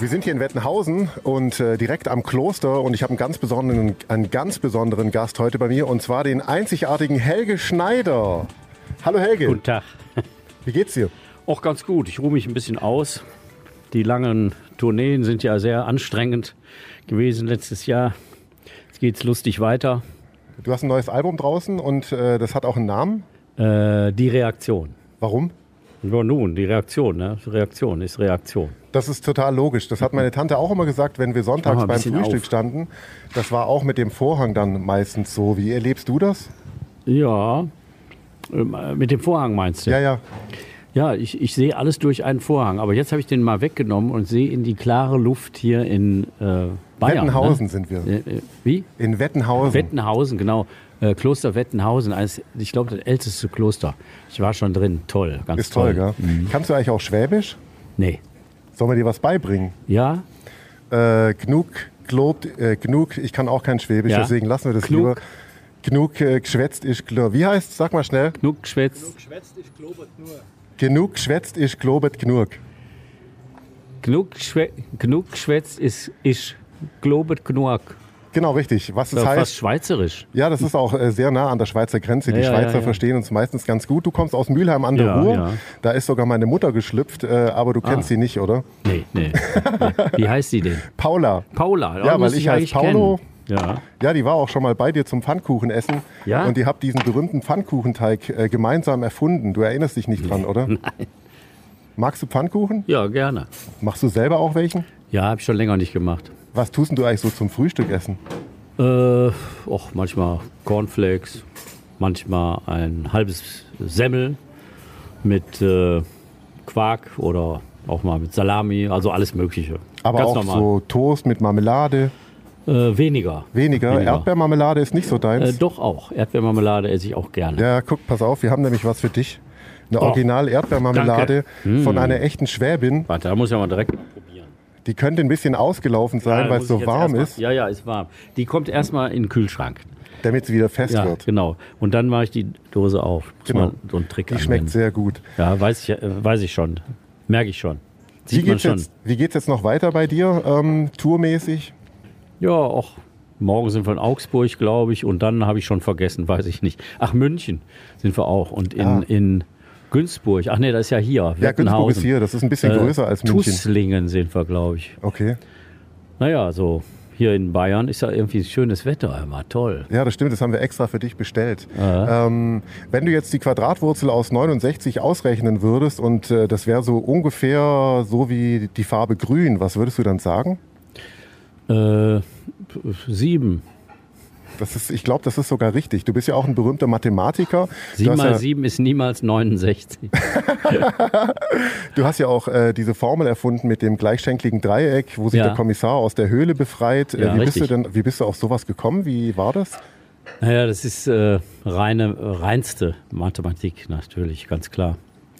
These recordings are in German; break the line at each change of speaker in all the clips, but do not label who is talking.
Wir sind hier in Wettenhausen und äh, direkt am Kloster und ich habe einen ganz besonderen, einen ganz besonderen Gast heute bei mir und zwar den einzigartigen Helge Schneider. Hallo Helge.
Guten Tag.
Wie geht's dir?
Auch ganz gut. Ich ruhe mich ein bisschen aus. Die langen Tourneen sind ja sehr anstrengend gewesen letztes Jahr. Jetzt geht's lustig weiter.
Du hast ein neues Album draußen und äh, das hat auch einen Namen.
Äh, die Reaktion.
Warum?
Ja, nun, die Reaktion, ne? Reaktion ist Reaktion.
Das ist total logisch. Das hat meine Tante auch immer gesagt, wenn wir
Mach mal
sonntags
ein
beim
bisschen
Frühstück
auf.
standen. Das war auch mit dem Vorhang dann meistens so. Wie erlebst du das?
Ja. ähm, äh, Mit dem Vorhang meinst du?
Ja, ja.
Ja, ich, ich sehe alles durch einen Vorhang. Aber jetzt habe ich den mal weggenommen und sehe in die klare Luft hier in äh, Bayern.
Wettenhausen sind wir.
Ne? Äh, äh, Wie?
In Wettenhausen.
Wettenhausen, genau. Äh, Kloster Wettenhausen, eines, ich glaube, das älteste Kloster. Ich war schon drin. Toll, ganz
ist toll, gell?
Mhm.
Kannst du eigentlich auch Schwäbisch?
Nee.
Sollen wir dir was beibringen?
Ja?
Äh, genug gelobt, äh, genug. Ich kann auch kein Schwäbisch,
Ja.
deswegen lassen wir das
Genug.
lieber. Genug äh, geschwätzt ist globet. Wie heißt Sag mal schnell.
Genug geschwätzt.
Genug geschwätzt ist globet genug.
Genug, geschwä- genug geschwätzt ist ich globet genug.
Genau, richtig. Was es
Das
heißt.
fast schweizerisch.
Ja, das ist auch äh, sehr nah an der Schweizer Grenze. Die
Ja, ja,
Schweizer
ja.
verstehen uns meistens ganz gut. Du kommst aus Mülheim an der
Ja,
Ruhr.
ja. Ah.
Da ist sogar meine Mutter geschlüpft, äh, aber du kennst sie nicht, oder?
Nee, nee. nee. Wie heißt sie denn?
Paula.
Paula.
Ja,
die muss
weil ich heiß
eigentlich
Paulo.
kennen. Ja.
Ja, die war auch schon mal bei dir zum Pfannkuchenessen.
Ja?
Und ihr habt diesen berühmten Pfannkuchenteig äh, gemeinsam erfunden. Du erinnerst dich nicht dran, oder? Nein. Magst du Pfannkuchen?
ja, gerne.
Machst du selber auch welchen?
Ja, habe ich schon länger nicht gemacht.
Was tust denn du eigentlich so zum Frühstück essen?
Äh, och, manchmal Cornflakes, manchmal ein halbes Semmel mit äh, Quark oder auch mal mit Salami, also alles Mögliche.
Aber
Ganz
auch
normal.
so Toast mit Marmelade.
Äh, weniger.
Weniger. Erdbeermarmelade ist nicht so
Äh,
deins.
doch auch. Erdbeermarmelade esse ich auch gerne.
ja, guck, pass auf, wir haben nämlich was für dich. Eine original Erdbeermarmelade
Hm.
von einer echten Schwäbin.
Warte, da muss ich mal direkt mal probieren.
Die könnte ein bisschen ausgelaufen sein,
Ja,
weil
muss
es
ich
so
jetzt
warm
erstmal-
ist,
Ja, ja, ist warm. Die kommt erstmal in den Kühlschrank.
damit sie wieder fest
Ja,
wird.
genau. Und dann mache ich die Dose auf. Muss
Genau.
man So ein Trick
Die schmeckt sehr gut.
Ja, weiß ich, äh, weiß ich schon. Merke ich schon.
Wie
Sieht man
geht's,
schon.
jetzt, wie geht's jetzt noch weiter bei dir, ähm, tourmäßig?
Ja, auch. Morgen sind wir in Augsburg, glaube ich. Und dann habe ich schon vergessen, weiß ich nicht. Ach, München sind wir auch. Und in,
Ah.
in Günzburg. Ach nee, das ist ja hier.
Ja, Günzburg ist
Wettenhausen.
hier, das ist ein bisschen
Äh,
größer als München.
Tusslingen sind wir, glaube ich.
Okay.
Naja, so hier in Bayern ist ja irgendwie schönes Wetter immer. Toll.
Ja, das stimmt, das haben wir extra für dich bestellt. Ähm, wenn du jetzt die Quadratwurzel aus 69 ausrechnen würdest und äh, das wäre so ungefähr so wie die Farbe grün, was würdest du dann sagen?
Äh, sieben.
Das ist, ich glaube, das ist sogar richtig. Du bist ja auch ein berühmter Mathematiker. Du
Sieben
hast,
mal
ja,
sieben ist niemals 69.
du hast ja auch äh, diese Formel erfunden mit dem gleichschenkligen Dreieck, wo sich
Ja.
der Kommissar aus der Höhle befreit. Äh,
Ja,
wie, bist du
richtig.
denn, wie bist du auf sowas gekommen? Wie war das?
naja, das ist äh, reine, reinste Mathematik natürlich, ganz klar.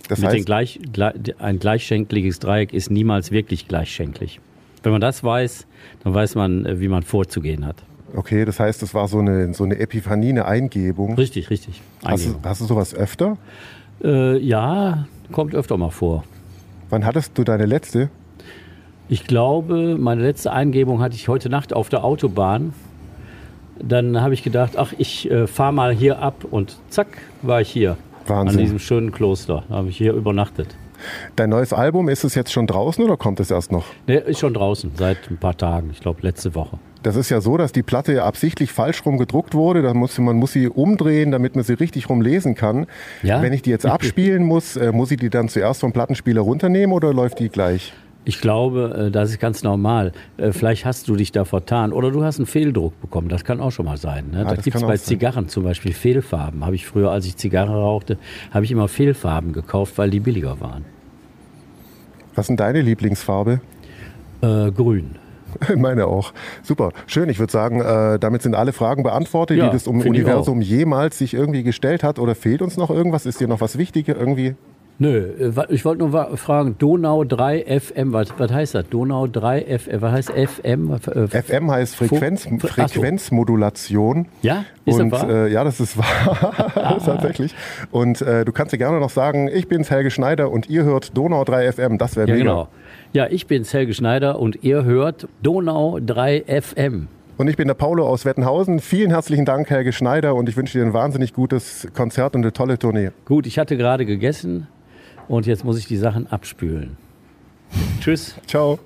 Das
Mit den
heißt,
gleich, gleich, ein gleichschenkliges Dreieck ist niemals wirklich gleichschenklig. Wenn man das weiß, dann weiß man, äh, wie man vorzugehen hat.
okay, das heißt, das war so eine, so eine Epiphanie, eine Eingebung.
Richtig, richtig.
Hast du,
Eingebung.
hast du sowas öfter?
Äh, ja, kommt öfter mal vor.
Wann hattest du deine letzte?
Ich glaube, meine letzte Eingebung hatte ich heute Nacht auf der Autobahn. Dann habe ich gedacht, ach, ich äh, fahre mal hier ab und zack, war ich hier.
Wahnsinn.
An diesem schönen Kloster. Da habe ich hier übernachtet.
Dein neues Album, ist es jetzt schon draußen oder kommt es erst noch?
Ne, ist schon draußen seit ein paar Tagen, ich glaube letzte Woche.
Das ist ja so, dass die Platte absichtlich falsch rum gedruckt wurde. Da muss, man muss sie umdrehen, damit man sie richtig rum lesen kann.
Ja?
Wenn ich die jetzt abspielen muss, äh, muss ich die dann zuerst vom Plattenspieler runternehmen oder läuft die gleich?
Ich glaube, äh, das ist ganz normal. Äh, Vielleicht hast du dich da vertan oder du hast einen Fehldruck bekommen. Das kann auch schon mal sein. Ne? da
das
gibt es
kann
bei
auch sein.
Zigarren zum Beispiel Fehlfarben. Habe ich früher, als ich Zigarre rauchte, habe ich immer Fehlfarben gekauft, weil die billiger waren.
Was ist denn deine Lieblingsfarbe?
Äh, grün.
Meine auch. Super. Schön. Ich würde sagen, äh, damit sind alle Fragen beantwortet,
Ja,
die das um
find ich
Universum jemals sich irgendwie gestellt hat. Oder fehlt uns noch irgendwas? Ist dir noch was Wichtiges irgendwie?
Nö, äh, wa- ich wollte nur wa- fragen, Donau 3 FM, was, was heißt das? Donau 3 FM, was heißt FM? Was, äh,
FM heißt Frequenz,
Fu- Fu- Ach so.
Frequenzmodulation.
Ja? Ist das
und,
wahr? Ah.
Äh, ja, das ist wahr, tatsächlich. Und äh, du kannst dir gerne noch sagen, ich bin's Helge Schneider und ihr hört Donau 3 FM. Das wäre
ja,
mega.
genau. Ja, ich bin Helge Schneider und ihr hört Donau 3 FM.
Und ich bin der Paulo aus Wettenhausen. Vielen herzlichen Dank, Helge Schneider, und ich wünsche dir ein wahnsinnig gutes Konzert und eine tolle Tournee.
Gut, ich hatte gerade gegessen und jetzt muss ich die Sachen abspülen. Tschüss.
Ciao.